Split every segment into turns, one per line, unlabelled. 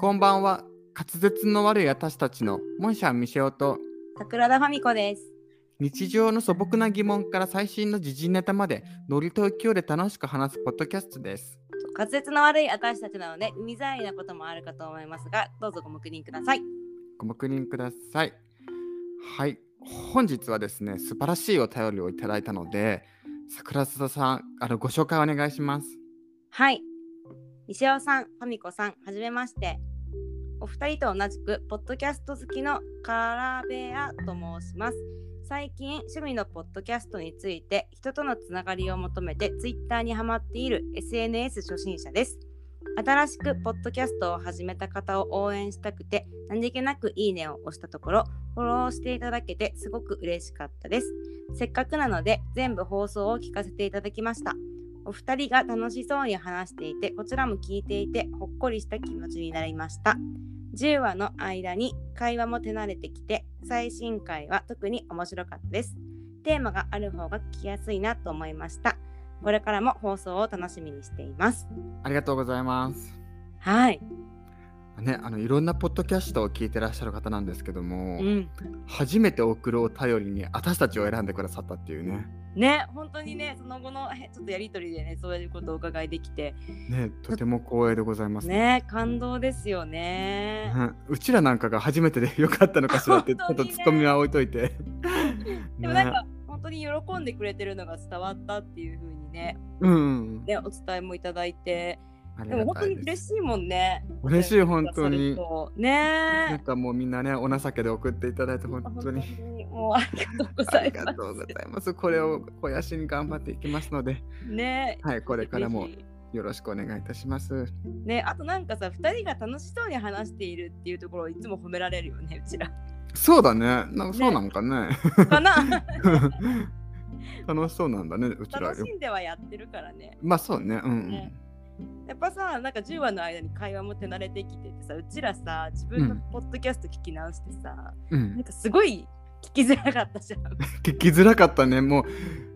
こんばんは。滑舌の悪い私たちのモンシャン・ミシェオと
桜田ファミコです。
日常の素朴な疑問から最新の時事ネタまでノリと勢いで楽しく話すポッドキャストです。
滑舌の悪い私たちなので、海ざりなこともあるかと思いますが、どうぞご黙認ください。
ご確認ください。はい。本日はですね、素晴らしいお便りをいただいたので、桜田さん、あのご紹介お願いします。
はい。西尾さん、ファミコさん、はじめまして。お二人と同じく、ポッドキャスト好きのカラベアと申します。最近、趣味のポッドキャストについて、人とのつながりを求めて、ツイッターにハマっている SNS 初心者です。新しくポッドキャストを始めた方を応援したくて、何気なくいいねを押したところ、フォローしていただけてすごく嬉しかったです。せっかくなので、全部放送を聞かせていただきました。お二人が楽しそうに話していて、こちらも聞いていて、ほっこりした気持ちになりました。10話の間に会話も手慣れてきて、最新回は特に面白かったです。テーマがある方が聞きやすいなと思いました。これからも放送を楽しみにしています。
ありがとうございます。
はい。
ね、あのいろんなポッドキャストを聞いてらっしゃる方なんですけども、
うん。
初めて送るお便りに私たちを選んでくださったっていうね
ね、本当にね、その後のへちょっとやりとりでね、そういうことをお伺いできて、
ねとても光栄でございますね
ね、感動ですよね。
うちらなんかが初めてでよかったのかしらってちょ
本
っと
当にね
ツッコミは置いといて
でもなんか、本当に喜んでくれてるのが伝わったっていう風にね
うんうん
ねお伝えもいただいて
あり
で
が
も本
た
当に
いで
嬉
す
しいもんね
嬉しい本当に
そう
なん
ね
かもうみんなねお情けで送っていただいて本当 に
もうありがとうご
あ
ざ
り
い
が
ます
とうございますこれを肥やしに頑張っていきます ので
ね
はいこれからも
ぜひ
よろしくお願いいたします
ねあとなんかさ二人が楽しそうに話しているっていうところをいつも褒められるよね うちら
そうだねなんかそうなんかね
かな
楽しそうなんだねうちら
楽しんではやってるからね
まあそうねうん、うん
ねやっぱさなんか10話の間に会話も手慣れてきててさうちらさ自分の
うん
ポッドキャスト聞き直してさ、
うん
なんかすごい聞きづらかったじゃん
聞きづらかったねもう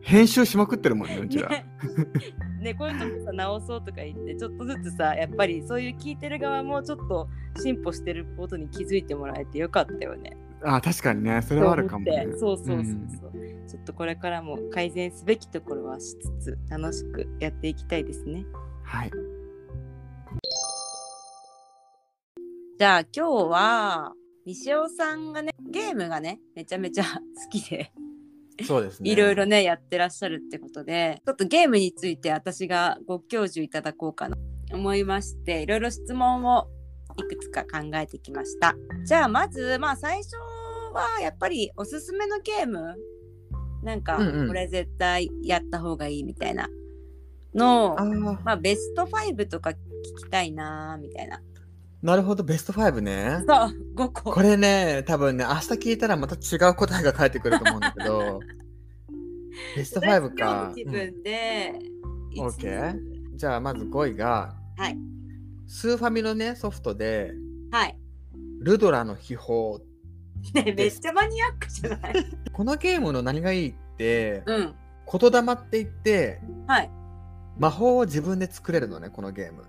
編集しまくってるもんねうちら、
ね ねこういうとこさ直そうとか言ってちょっとずつさやっぱりそういう聞いてる側もちょっと進歩してることに気づいてもらえてよかったよね。
あ確かにねそれはあるかもね
そう思ってそうそうそうそう、ちょっとこれからも改善すべきところはしつつ楽しくやっていきたいですね。
はい
じゃあ今日は西尾さんがねゲームがねめちゃめちゃ 好きで
そうです
いろいろねやってらっしゃるってことでちょっとゲームについて私がご教授いただこうかなと思いましていろいろ質問をいくつか考えてきましたじゃあまずまあ最初はやっぱりおすすめのゲームなんか
うんうん
これ絶対やった方がいいみたいなのを、
あー
まあベスト5とか聞きたいなーみたいな
なるほどベスト5ね
そう5個
これね多分ね明日聞いたらまた違う答えが返ってくると思うんだけど ベスト5か
今、日の気分で、
うん
いつ
OK じゃあまず5位が
はい
スーファミのねソフトで
はい
ルドラの秘宝
ねめっちゃマニアックじゃない
このゲームの何がいいって、
うん
言霊って言って
はい
魔法を自分で作れるのねこのゲーム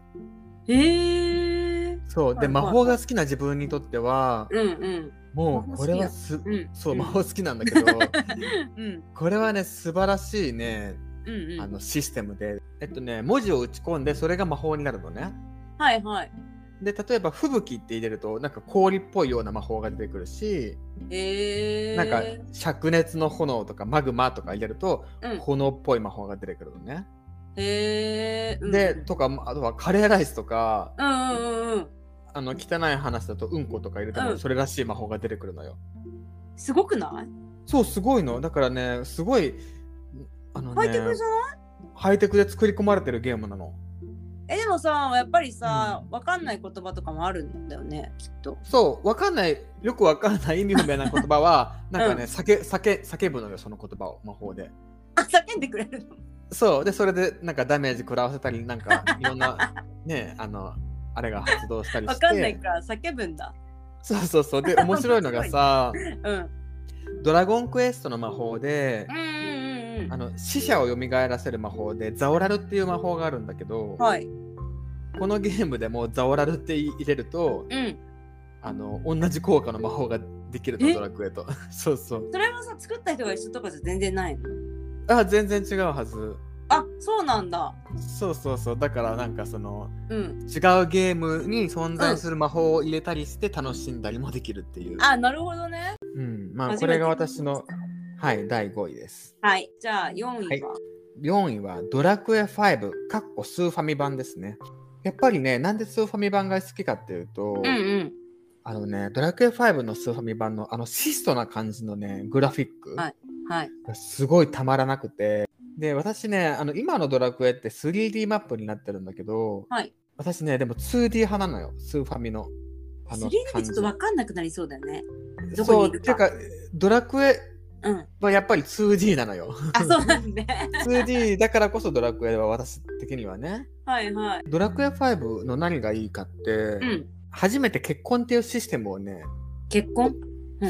へえ。
そうで
はいはい
魔法が好きな自分にとっては
うんうん
もうこれはす
うん。
そう魔
魔
法好きなんだけ ど
うん
これはね素晴らしいね
うんう
あ
ん。
のシステムでえっとね文字を打ち込んでそれが魔法になるのね
はいはい。
で例えば吹雪って入れるとなんか氷っぽいような魔法が出てくるし
へえ。
なんか灼熱の炎とかマグマとか入れると
うん
炎っぽい魔法が出てくるのね
へえ。うん
でとかあとはカレーライスとか
うんうんうんうん。
あの汚い話だとうんことか入れて
う
も
ん
それらしい魔法が出てくるのよ。
すごくない
そうすごいのだからねすごいあのね
ハイテクじゃない
ハイテクで作り込まれてるゲームなの。
え、でもさ、やっぱりさ、わかんない言葉とかもあるんだよね、きっ と。
そうわかんないよくわかんない意味不明な言葉 はなんかね、
う
叫叫叫ぶのよその言葉を魔法で。
あ、叫んでくれるの
そうでそれでなんかダメージ食らわせたりなんかいろんな ねあのあれが発動したりして。
わかんないから叫ぶんだ。
そうそうそうで面白いのが さ
うん。うん
「ドラゴンクエスト」の魔法で
うんうん
あ
う
の死者を蘇らせる魔法でザオラルっていう魔法があるんだけど、
ん。はい。
このゲームでもうザオラルって入れると
うん。
あの同じ効果の魔法ができるの
え
ドラクエと そうそう
それはさ、作った人が一緒とかじゃ全然ないの
あ全然違うはず
あ、そうなんだ。
そうそうそうだからなんかその
うん。
違うゲームに存在する魔法を入れたりして楽しんだりもできるっていう、
あ、なるほどね。
うん、まあ
初
こ
め
れ
て
が私のはい第5位です
はい。じゃあ、4位は。
はい4位はドラクエ5かっこスーファミ版ですねやっぱりねなんでスーファミ版が好きかっていうと、
うんうん。
あのねドラクエ5のスーファミ版のあの質素な感じのねグラフィック
はいはい。
がすごいたまらなくてで私ねあの今のドラクエって 3D マップになってるんだけど
はい。
私ねでも 2D 派なのよスーファミのあの
3D でちょっと
感
分かんなくなりそうだよね。
じ
どこにい
そう
る
て
か
かドラクエ
うん。
はやっぱり 2D なの よ
あ、そうなんね。
2D だからこそドラクエは私的にはね
はいはい。
ドラクエ5の何がいいかって、
うん。
初めて結婚っていうシステムをね、
結婚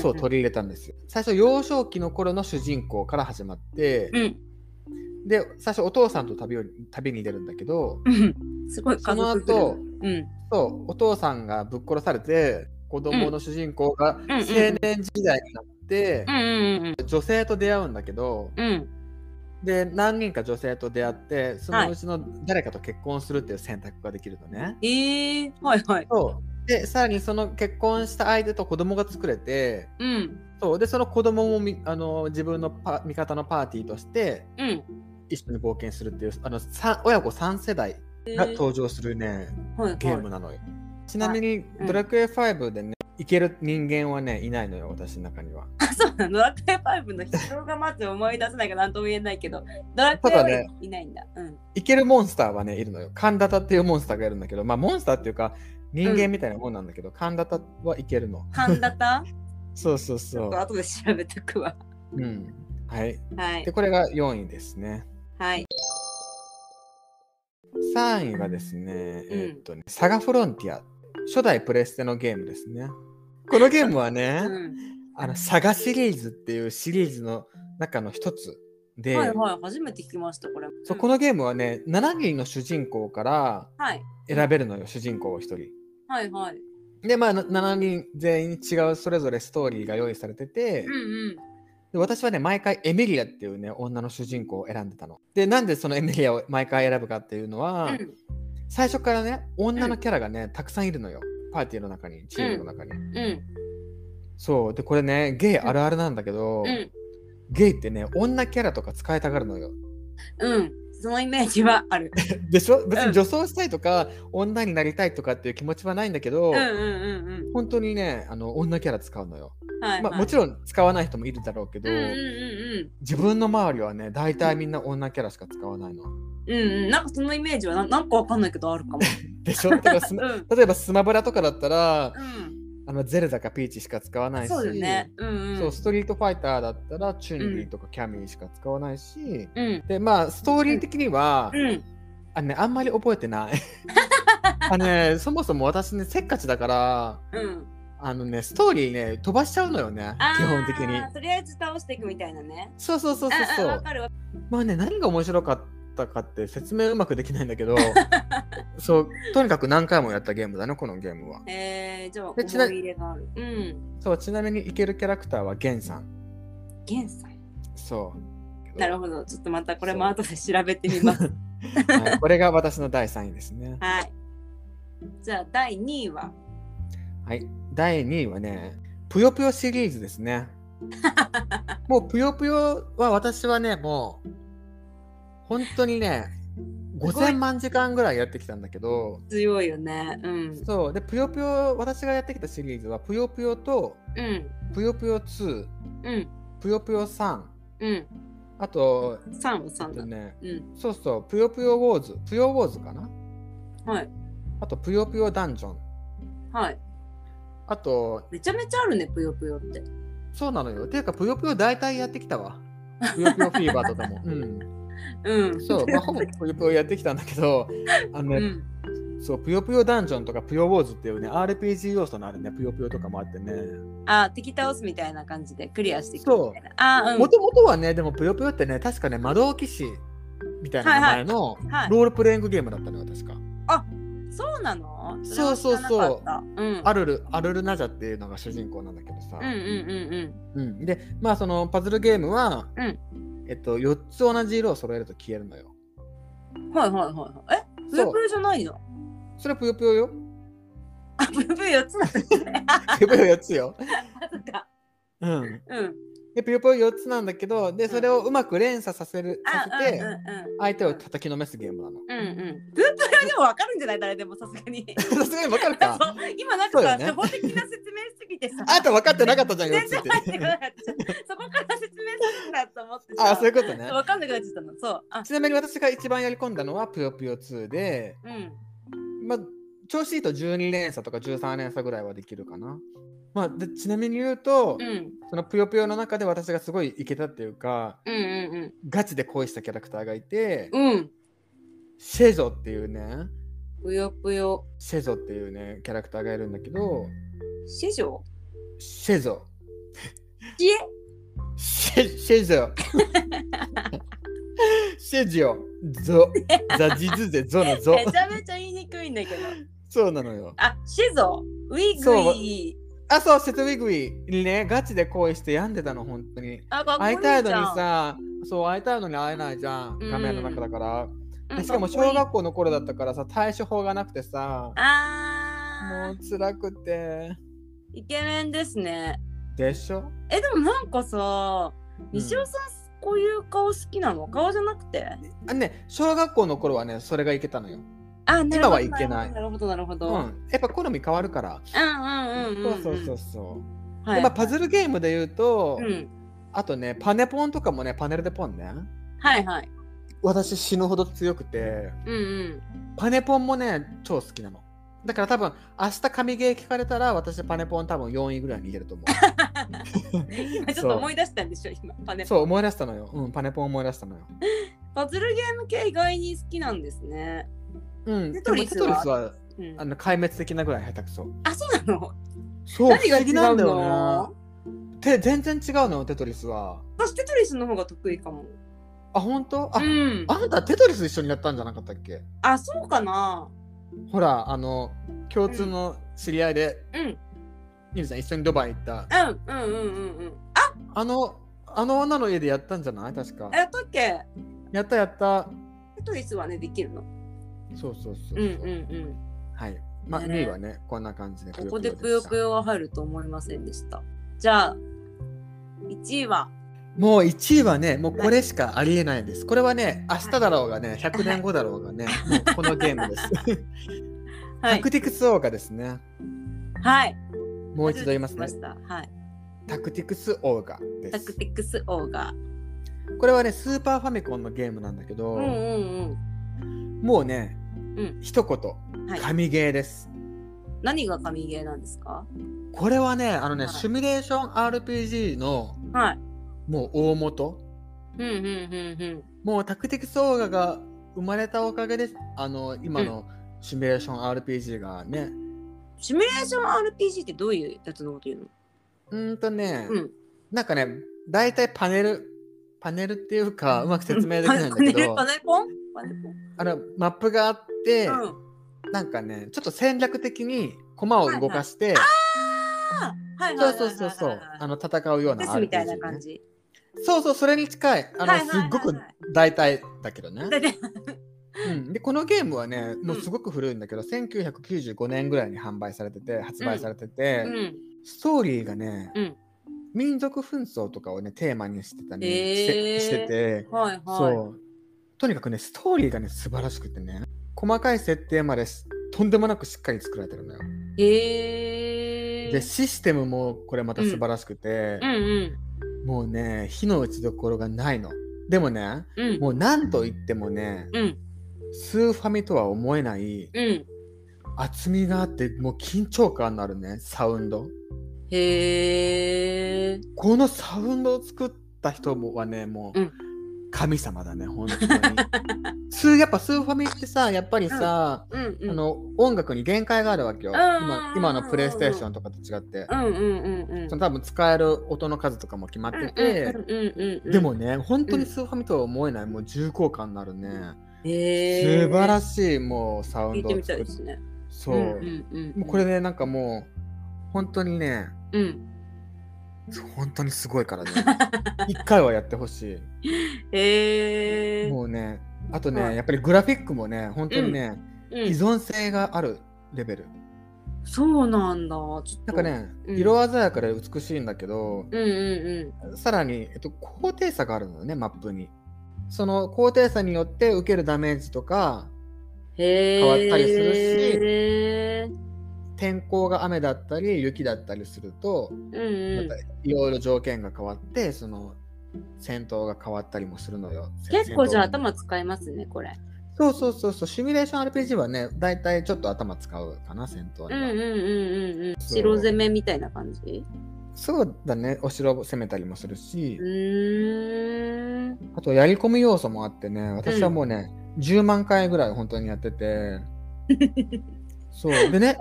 そう
取
取り入れたんですよ。最初幼少期の頃の主人公から始まって、
うん。
で最初お父さんと旅を旅に出るんだけど、
うん。すごい
そ
家
の
族
後
ぐるい
そうお父さんがぶっ殺されて子供の主人公が
うん
青年時代になって
う、んうんうん
女性と出会うんだけど
うんうん。
で何人か女性と出会ってそのうちの誰かと結婚するっていう選択ができるのね。
ええー。はいはい。
そうでさらにその結婚した相手と子供が作れて
うん。
そうでその子供もみあの自分のパ味方のパーティーとして
うん。
一緒に冒険するっていうあのさ親子3世代が登場するね、
はいはい。
ゲームなのよ、ちなみに
うん
ドラクエ5でね、いける人間はねいないのよ私の中には
あ、そうなの。ドラクエ5の人がまず思い出せないから何とも言えないけど、ドラクエ
ただ
は
ね
いないんだ。うん。
いけるモンスターはねいるのよカンダタっていうモンスターがいるんだけどまあモンスターっていうか人間みたいなもんなんだけど、カンダタはいけるの
神田た
そうそう
ち
そ
ょっ
う
と後で調べてくわ。
うんはい
はい
で。これが4位ですね
はい。
3位がですね、
うん
えーっとね、サガフロンティア、初代プレステのゲームですね。このゲームはね、
うん。
あのサガシリーズっていうシリーズの中の一つで、
はいはい。初めて聞きました、これ。
そうこのゲームはね、7人の主人公から
はい。
選べるのよ、主人公を1人。
はいはい。
で、まあ、な7人全員違うそれぞれストーリーが用意されてて、
うんうん。
で私はね、毎回エミリアっていうね、女の主人公を選んでたの。で、なんでそのエミリアを毎回選ぶかっていうのは、
う
最初からね女のキャラがね、たくさんいるのよパーティーの中にチームの中に、
んうん
そうでこれねゲイあるあるなんだけど、
うん
ゲイってね女キャラとか使いたがるのよ
うん。そのイメージはある。
でしょ別
う
に
ん
女装したいとか、女になりたいとかっていう気持ちはないんだけど、
うんうんうん
本当にねあの女キャラ使うのよ、
うん。はい、はい。
まあ、もちろん使わない人もいるだろうけど、
うんうん
自分の周りはね大体みんな女キャラしか使わないの
うんうん。うんうん。なんかそのイメージはななんかわかんないけど あるかも。
でしょだからす
う ん。
例えばスマブラとかだったら
うん。
あのゼルダかピーチしか使わないし
そうだよね。うんうん。
そうストリートファイターだったらチュンリーとかキャミーしか使わないし、
うん。
でまあストーリー的には、
うん。
あのね、あんまり覚えて ないあのねそもそも私ねせっかちだから
うん。
あのねストーリーね飛ばしちゃうのよね
あー
基本的に
とりあえず倒していくみたいなね。
そうそうそうそう
あ
そ
あ、わ
う
かるわ。
まあね何が面白かったかって説明うまくできないんだ けどそうとにかく何回もやったゲームだねこのゲームは
えー、じゃあ、思
でちない
入れがある。うん。
そうちなみにいけるキャラクターはゲンさん
ゲンさん。
そう
なるほど。ちょっとまたこれも後で調べて みます。
はいこれが私の第3位ですね
はい。じゃあ、第2位は。
はい、第2位はね、ぷよぷよシリーズです ね。もうぷよぷよは私はね、もう本当にね、
すごい
5000万時間ぐらいやってきたんだけど、
強いよね。うん。
そう、で、ぷよぷよ、私がやってきたシリーズは、ぷよぷよと、
うん。
ぷよぷよ2、
うん。
ぷよぷよ3、
うん。
あと、
3は
えっ
3
と
だ。
ね、
うん。
そうそう、ぷよぷよウォーズ、ぷよウォーズかな、
はい。
あと、ぷよぷよダンジョン、
はい。
あと、
めちゃめちゃあるね、ぷよぷよって。
そうなのよ。ていうか、ぷよぷよ大体やってきたわ。ぷよぷよフィーバーとか も。うん、
うん。
そう、まあ、ほぼぷよぷよやってきたんだけど、あの ね、
うん。
そう、ぷよぷよダンジョンとかぷよウォーズっていうね、RPG 要素のあるね、ぷよぷよとかもあってね。
あー、敵倒すみたいな感じでクリアしていく
そう
みたいな。あー、う
もともとはね、でもぷよぷよってね、確かね、魔導騎士みたいな名前の
ん。はい。
ロールプレイングゲームだったのよ、確か。
あ、そうなの
そうそうそう
れは知らなかったうん
アルルアルルナジャっていうのが主人公なんだけどさ、
うんうんうんうん
うんでまあそのパズルゲームは、
うん
えっと、4つ同じ色を揃えると消えるのよ
はいはいはいはいえぷ
そ
よ
う
ぷよじゃな いの
それぷよぷよよ
あぷよぷよ4つなんですね
ぷよぷよ4つよ、
そっか
うん、
うん
でぷよぷよ4つなんだけどでそれをうまく連鎖させる
あ
さ
うん
せ
うん
て
う
相手を叩きのめすゲームなの
んうんうんぷよぷよでもわかるんじゃない誰でもさすが に
さすがにわかる
そ
か
う今なん
そう
か
だよね
さ、初歩的な説明しすぎてさ
あと分かってなかったじゃん4
全
つっ
然
て
入ってこなかったそこから説明するんだと思ってさ
あそういうことね
わかんなくなっちゃったのそうあ
ちなみに私が一番やり込んだのはぷよぷよ2で
うん
まあ、調子いいと12連鎖とか13連鎖ぐらいはできるかな。まあ、でちなみに言うと、
うん
そのぷよぷよの中で私がすごいイケたっていうか
うんうん
ガチで恋したキャラクターがいて、
うんうん
シェゾっていうね
ぷよぷよ
シェゾっていうねキャラクターがいるんだけど
師匠
シェゾ
知恵
シェシェゾシェジオゾザジズゼゾの ゾ
めちゃめちゃ言いにくいんだけど
そうなのよ
あシェゾウィ
そ
グ
う
イ
あそうセトウィグイねガチで恋して病んでたの本当に
あかっこい
会い
いじ
た
ゃ
いのに
ん
さそう会いたいのに会えないじゃん
うん
画面の中だから、
うん
でしかも
かっこいい
小学校の頃だったからさ対処法がなくてさも
あ
う辛くて
ーイケメンですね
でしょ
えでもなんかさ
うん
西尾さん、こういう顔好きなの顔じゃなくて
あね小学校の頃はねそれがいけたのよ、
あ
今はいけない
なるほどなるほ
う
ど
ん
なるほど、、
やっぱ好み変わるから、
うん、うんうんうんうん
そうそうそうそう、
は
で
い
まあ、パズルゲームで言うと、
うん
あとねパネポンとかもねパネルでポンね
はいはい
私死ぬほど強くて
うんうん
パネポンもね超好きなのだから多分明日神ゲー聞かれたら私パネポン多分4位ぐらいにいけると思う
今ちょっと思い出したんでしょ今パネ
そう思い出したのよ。うん、パネポン思い出したのよ。
パズルゲーム系意外に好きなんですね、
うん、
テトリスは
でもテトリスは
うん、
あの壊滅的なぐらい下手くそ。
あそうなの
そう
何が違うの
ね。て全然違うのよ、テトリスは。
私テトリスの方が得意かも
あ、本当あ、
うん
あんたテトリス一緒にやったんじゃなかったっけ
あそうかな
ほら、あの、共通の知り合いで、
うんうん
ゆりさん一緒にドバイ行った。
うんうんうんうんうん
あの、あの女の家でやったんじゃない確か
あ。やったっけ
やったやった。
テトリスはねできるの
そうそうそうそう。
うんうんうん
はい。まあ、
ね
2位はね、こんな感じで。
ここでぷよぷ
よ。
よは入ると思いませんでしたじゃあ1位は
もう1位はね、もうこれしかありえないんです。これはね、明日だろうがね、100年後だろうがね、もうこのゲームです。
は
タ
い
クティクスオーガですね。
はい
もう一度言いますね
初。めて聞きましたはい
タクティクスオーガで
タク
す。
ティクスオーガ
これはね、スーパーファミコンのゲームなんだけど、
うんうん
もうね、
うん
一言、
うんはい
神ゲーです。
何が神ゲーなんですか
これはね、あのね、
はい
シミュレーション RPG の
はい
もう大元。
うんうんうんうん
もうタクティクスオーガが生まれたおかげで、あの、今のシミュレーション RPG がね、
シミュレーション RPG ってどういうやつのこと言うの
うーんとね、
うん。
なんかね、大体パネル、パネルっていうか、うまく説明できないんだ
パネ
け
ル
ど
パ、ネポンパネ
あの、マップがあって、
ポン。うん。
なんかね、ちょっと戦略的に駒を動かして、
ああ、はいはいはいはい
そう
はい。
そうそうそう、あの、戦うような
フェスみたいな
RPG
感
ね
じ。
そうそう、それに近い。あ
は
の、
いはい
す
はい
っ
はい
ごく大体だけどね
だ。って、
うんで、このゲームはね、もううんすごく古いんだけど、1995年ぐらいに販売されてて、発売されてて、
うん。
ストーリーがね、
うん
民族紛争とかをね、テーマにしてたり
へー
してしてて、
はいはい。
そう。とにかくね、ストーリーがね、素晴らしくてね、細かい設定まですとんでもなくしっかり作られてるのよ。
へえ。
で、。システムもこれまた素晴らしくて
う、んうん。
もうね、火の打ちどころがないの。でもね、
うん。
もう何と言ってもね、
うん。
スーファミとは思えない
うん。
厚みがあって、もう緊張感のあるね、サウンド。
へえ。
このサウンドを作った人もはね、もう、
うん
神様だね、本当に。 スーやっぱスーファミってさ、やっぱりさ、
うんうん。
あ、の音楽に限界があるわけよ。
うんうんうん
今今のプレイステーションとかと違って、
うんうんうんうん。
その多分使える音の数とかも決まってて、
うんうんうんうんうん。
でもね、本当
う
に
ん
スーファミとは思えない、もう重厚感のあるね、
えー、
素晴ら
し
しいもうサウ
聞
ン
い
ド
てみ
を
たい
作っ
ですね。
そう、
んうんうん、
もうこれねなんかもう本当にね
うん。
本当にすごい からね一回はやってほし
え
い
ー、
もうねあとね、
はい
やっぱりグラフィックもね本当にね、
う
依
ん、
存性があるレベル
そうなんだ。ちょっ
な
と
んか。ね、
うん
色鮮やかで美しいんだけど、
うんうん
さらに、えっと、高低差があるのよねマップにその高低差によって受けるダメージとか
うん。へえー。
変わったりするし
え
天候が雨だったり雪だったりすると
ー、うんうん
また。いろいろ条件が変わってその戦闘が変わったりもするのよ
結構じゃあ
戦闘が
頭使いますね、これ。
そうそうそうそうシミュレーション RPG はねだいたいちょっと頭使うかな戦闘
う
に
んうん
は、
うんうんうん。
そう
城攻めみたいな感じ
そうだねお城を攻めたりもするし、
うーん。
あとやり込み要素もあってね私はもうね、10万回ぐらい本当にやって てそうでね
はい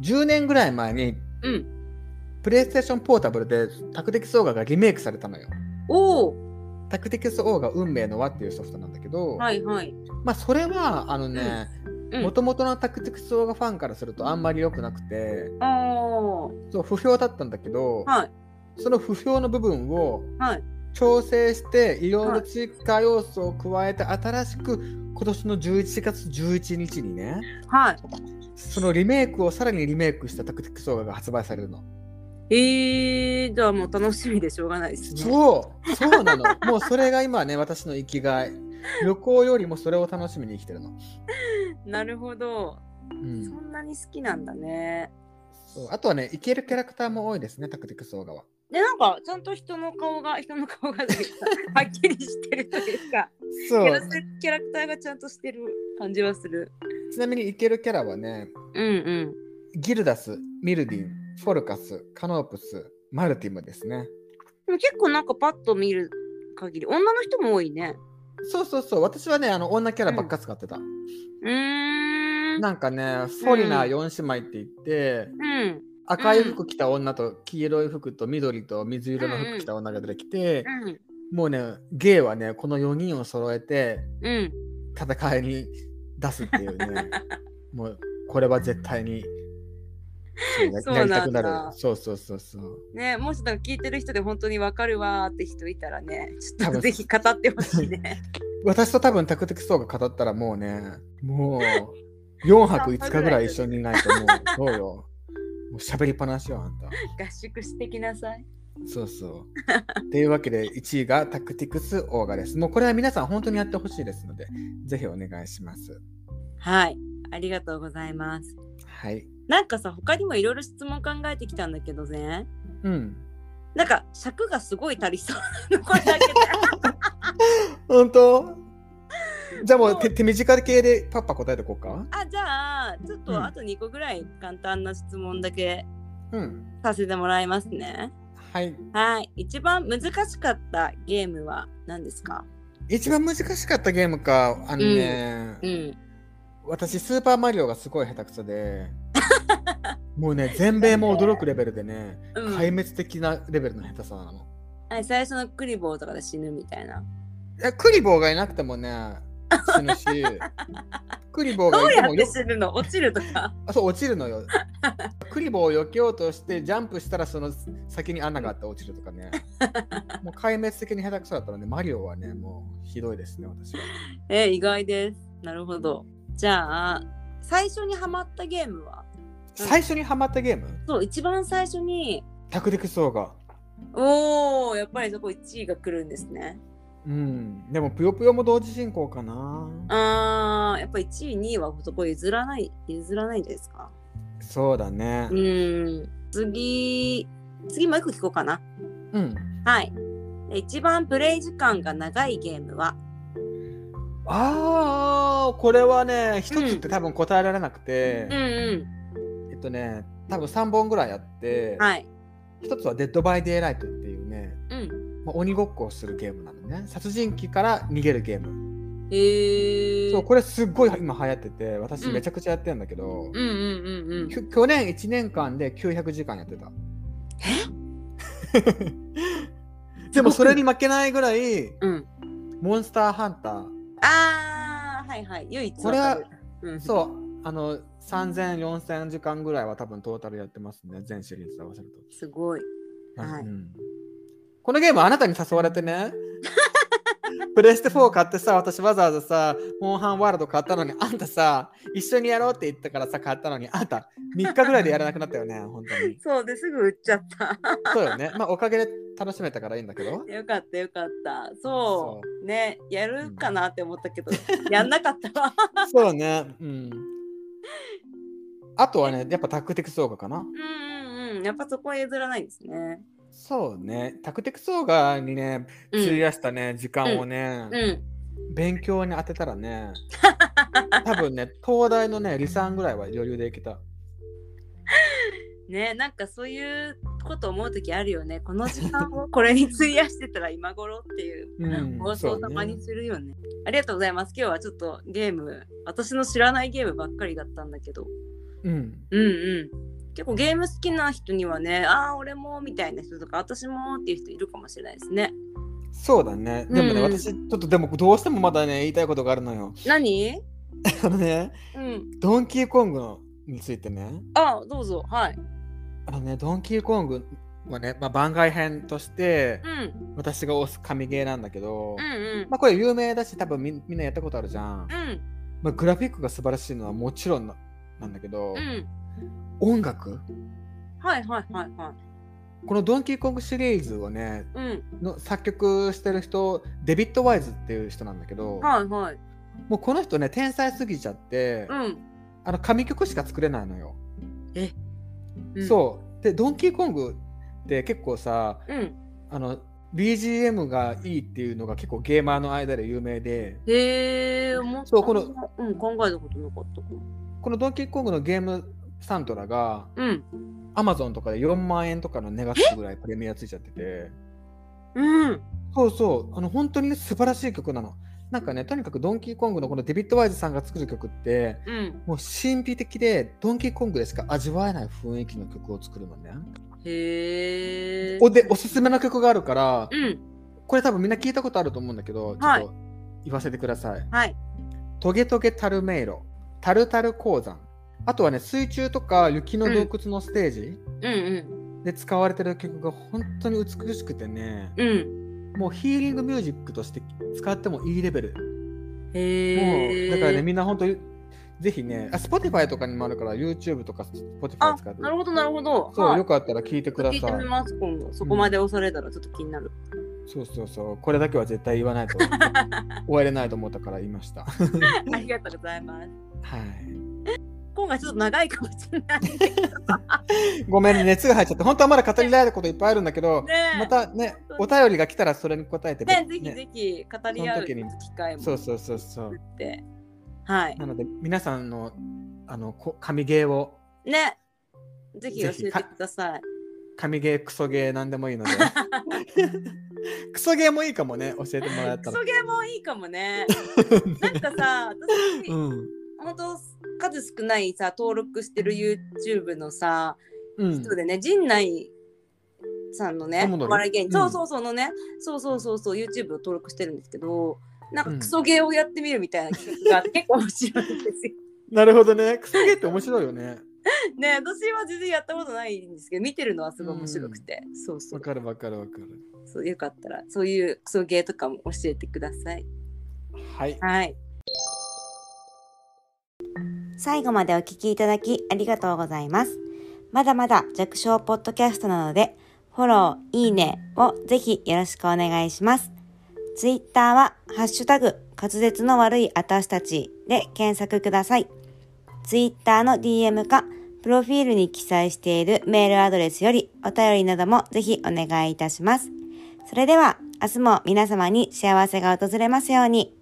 10年ぐらい前に
うん。
プレイステーションポータブルでタクテキスオーガがリメイクされたのよ
おお
タクテキスオーガ運命の輪っていうソフトなんだけど、
はいはい。
まあそれはあのね
うん
もともとのタクティクスオーガファンからするとあんまり良くなくて
ああ。
そう不評だったんだけど、
はい
その不評の部分を
はい。
調整していろい
は
ろ
い
追加要素を加えて新しく今年の11月11日にね
はい。
そのリメイクをさらにリメイクしたタクティクスオーガが発売されるの。
えー、じゃあもう楽しみでしょうがないですね。
そうそうなのもうそれが今ね私の生きがい旅行よりもそれを楽しみに生きてるの。
なるほど。
うん
そんなに好きなんだね。
そうあとはねいけるキャラクターも多いですねタクティクスオーガは。
で、なんか、ちゃんと人の顔が、 人の顔がという かはっきりしてるというか、キ
そ
ャラ
う
キャラクターがちゃんとしてる感じはする。
ちなみにいけるキャラはね
うんうん。
ギルダス、ミルディン、フォルカス、カノープス、マルティムですね。
でも結構なんかパッと見る限り、女の人も多いね。
そうそうそう、私はね、あの女キャラばっか使ってた。
うーん。
なんかね、フォリナー4姉妹って言って、
うん。
赤い服着た女と黄色い服と緑と水色の服着た女が出てきて、
うん。
もうね、ゲイはね、この4人を揃えて
うん。
戦いに出すっていうね、もうこれは絶対に。
そ
そううや
なん
り
だ
たくなる。そうそうそうそう。
ねもしなんか聞いてる人で本当にわかるわーって人いたらね、ち
多
ょっと
分
ぜひ語ってほしいね。
私と多分タクティクストーが語ったらもうねもう4泊5日ぐらい一緒にいないともうどうよもう喋りっぱなしよあんた
合宿してきなさい。
そうそうっていうわけで1位がタクティクスオーガですもうこれは皆さん本当にやってほしいですのでぜひお願いします
はい。ありがとうございます。
はい
なんかさ、他にもいろいろ質問考えてきたんだけどね。
うん
なんか尺がすごい足りそうなのこ れだけで。
本当じゃあも
そう
う手手短系でパッパ答えてこうか
あ、じゃあ、ちょっ
うん
とあと2個ぐらい簡単な質問だけ
うん
させてもらいますね。
はい
はい。一番難しかったゲームは何ですか
一番難しかったゲームかあのね、
うん。
私スーパーマリオがすごい下手くそ でもうね全米も驚くレベルでね、
うん
壊滅的なレベルの下手さなの
はい、最初のクリボーとかで死ぬみたいな。
いやクリボーがいなくてもね死ぬ しクリボー
ど
が
う
いて
や
も
って
よ
死ぬの落ちるとか。
あそう落ちるのよクリボーを避けようとしてジャンプしたらその先に穴があって落ちるとか ねもう壊滅的に下手くそだったのでマリオはねもうひどいですね私は
え、意外です。なるほど。じゃあ、最初にハマったゲームは
最初にハマったゲーム
そう、一番最初に、
タクティクスオーガ
おお、やっぱりそこ1位が来るんですね。
うんでもぷよぷよも同時進行かな
あー、やっぱ1位、2位はそこ譲らない、譲らないんじゃないですか。
そうだね
う。ん。次、次もう1個聞こうかな。
うん。
はい。で一番プレイ時間が長いゲームは
ああ、これはね、一つって多分答えられなくて、
うんう
えっとね、多分3本ぐらいあって、
ん。はい。
一つはデッドバイデイライトっていうね、
うん。
まあ、鬼ごっこをするゲームなのね。殺人鬼から逃げるゲーム。
へー。
そう、これすっごい今流行ってて、私
うん
めちゃくちゃやってるんだけど、
うんうんうんうん。
きょ去年1年間で900時間やってた。え でもそれに負けないぐらい、
うん。
モンスターハンター、
あー、あはいはい唯一
これは
わかるうん
そう、あの、3000、4000時間ぐらいは多分トータルやってますね、全シリーズ合わせると。
すごいはい
うんこのゲームあなたに誘われてね。 プレステ4買ってさ、私わざわざさ、モンハンワールド買ったのに、あんたさ、一緒にやろうって言ったからさ、買ったのに、あんた、3日ぐらいでやらなくなったよね、本当に。
そうですぐ売っちゃった
そうよね。まあ、おかげで楽しめたからいいんだけど。
よかったよかったそうねやるかなって思ったけど、やんなかった わ
そうね。うん。あとはね、やっぱタクティクスオーガかな。
うんうんうんやっぱそこは譲らないんですね
そうね。タクティクスオーガにね、
う
費
ん、
やしたね、時間をね、
うん、
勉強に当てたらね、 多分ね、東大のね、理算ぐらいは余裕でいけた。
ねなんかそういうこと思う時あるよねこの時間 をこれに費やしてたら今頃っていう
うん
妄
そ
想
う
た
ね
まにするよねありがとうございます今日はちょっとゲーム私の知らないゲームばっかりだったんだけど
うん。
うんうん結構ゲーム好きな人にはねああ俺もみたいな人とか私もっていう人いるかもしれないですね
そうだね。でもね、
うん
私、ちょっとでも、どうしてもまだね、言いたいことがあるのよ。
何
あのね、
うん
ドンキーコングのについてね、
あどうぞはい
あのね、ドンキーコングはね、まあ、番外編として
う、ん
私が推す神ゲーなんだけど、
うんうん
まあ、これ有名だし、多分みみんなやったことあるじゃん。
うん
まあ、グラフィックが素晴らしいのはもちろんななんだけど、
うん
音楽
はいはいはいはい
このドンキーコングシリーズをね、
うん
の作曲してる人、デビッド・ワイズっていう人なんだけど、
はいはい
もうこの人ね、天才すぎちゃって、
うん
あの紙曲しか作れないのよ。
うん
そうでドンキーコングって結構さ
うん
あの BGM がいいっていうのが結構ゲーマーの間で有名で
へえ思った
そうこの
うん考えたことなかったかも
このドンキーコングのゲームサントラが
うん
Amazon とかで4万円とかの値がつくぐらいプレミアついちゃってて
うん
そうそうあの本当に素晴らしい曲なの。なんかねとにかくドンキーコングのこのデビッド・ワイズさんが作る曲って
うん
もう神秘的でドンキーコングでしか味わえない雰囲気の曲を作るのね。
へえ
おでおすすめの曲があるから
うん
これ多分みんな聞いたことあると思うんだけど、
はい
ちょっと言わせてください。
はい
トゲトゲタルメイロ、タルタル鉱山、あとはね、水中とか雪の洞窟のステージ
うんうん
で使われてる曲が本当に美しくてね、
うん
もうヒーリングミュージックとして使ってもいいレベル。も
へ
う
え
だからね、みんな本当にぜひね、あ Spotify とかにもあるから、YouTube とか Spotify
あ
使って。
なるほどなるほど
そう、
はい
よかったら聞いてくださ
聞
い
い。てみます今度そこまで押されたらちょっと気に なる、
そうそうそう、これだけは絶対言わないと終われないと思ったから言いました。 は
ありがとうございます
い。
今回ちょっと長いかもしれないね
ごめんね、熱が入っちゃって、本当はまだ語りたいこといっぱいあるんだけど、
ね
またね、お
本当
便りが来たらそれに答えて
ねぜひ
ひ。
ぜひ語り合う機会も
そう
作
そうそうそう。
ってはい
なので、皆さんのあのこ神ゲーを、
ねぜひ教
ぜ
え
ひ
てください
神ゲー、クソゲー、なんでもいい ので。クソゲーもいいかもね、教えてもらえ
ク
たら
ソ。ゲーもいいかもねなんかさ私、
うん。
本当数少ないさ登録してる YouTube のさ
うん。
そうでね、陣内さんのね
あ、もうな
お
の
笑い芸人、
うん
そうそうそうのね、そうそうそうそう、YouTube を登録してるんですけど、なんか
うん
クソゲーをやってみるみたいな企画があって結構面白いんですよ。
なるほどね。クソゲーって面白いよね。
ね、私は全然やったことないんですけど、見てるのはすごい面白くて、そうそ
わ
う
かるわかるわかる。
そう、よかったら、そういうクソゲーとかも教えてください。
はい。
はい。最後までお聞きいただきありがとうございます。まだまだ弱小ポッドキャストなので、フォロー、いいねをぜひよろしくお願いします。ツイッターは、ハッシュタグ、滑舌の悪い私たちで検索ください。ツイッターの DM か、プロフィールに記載しているメールアドレスよりお便りなどもぜひお願いいたします。それでは、明日も皆様に幸せが訪れますように。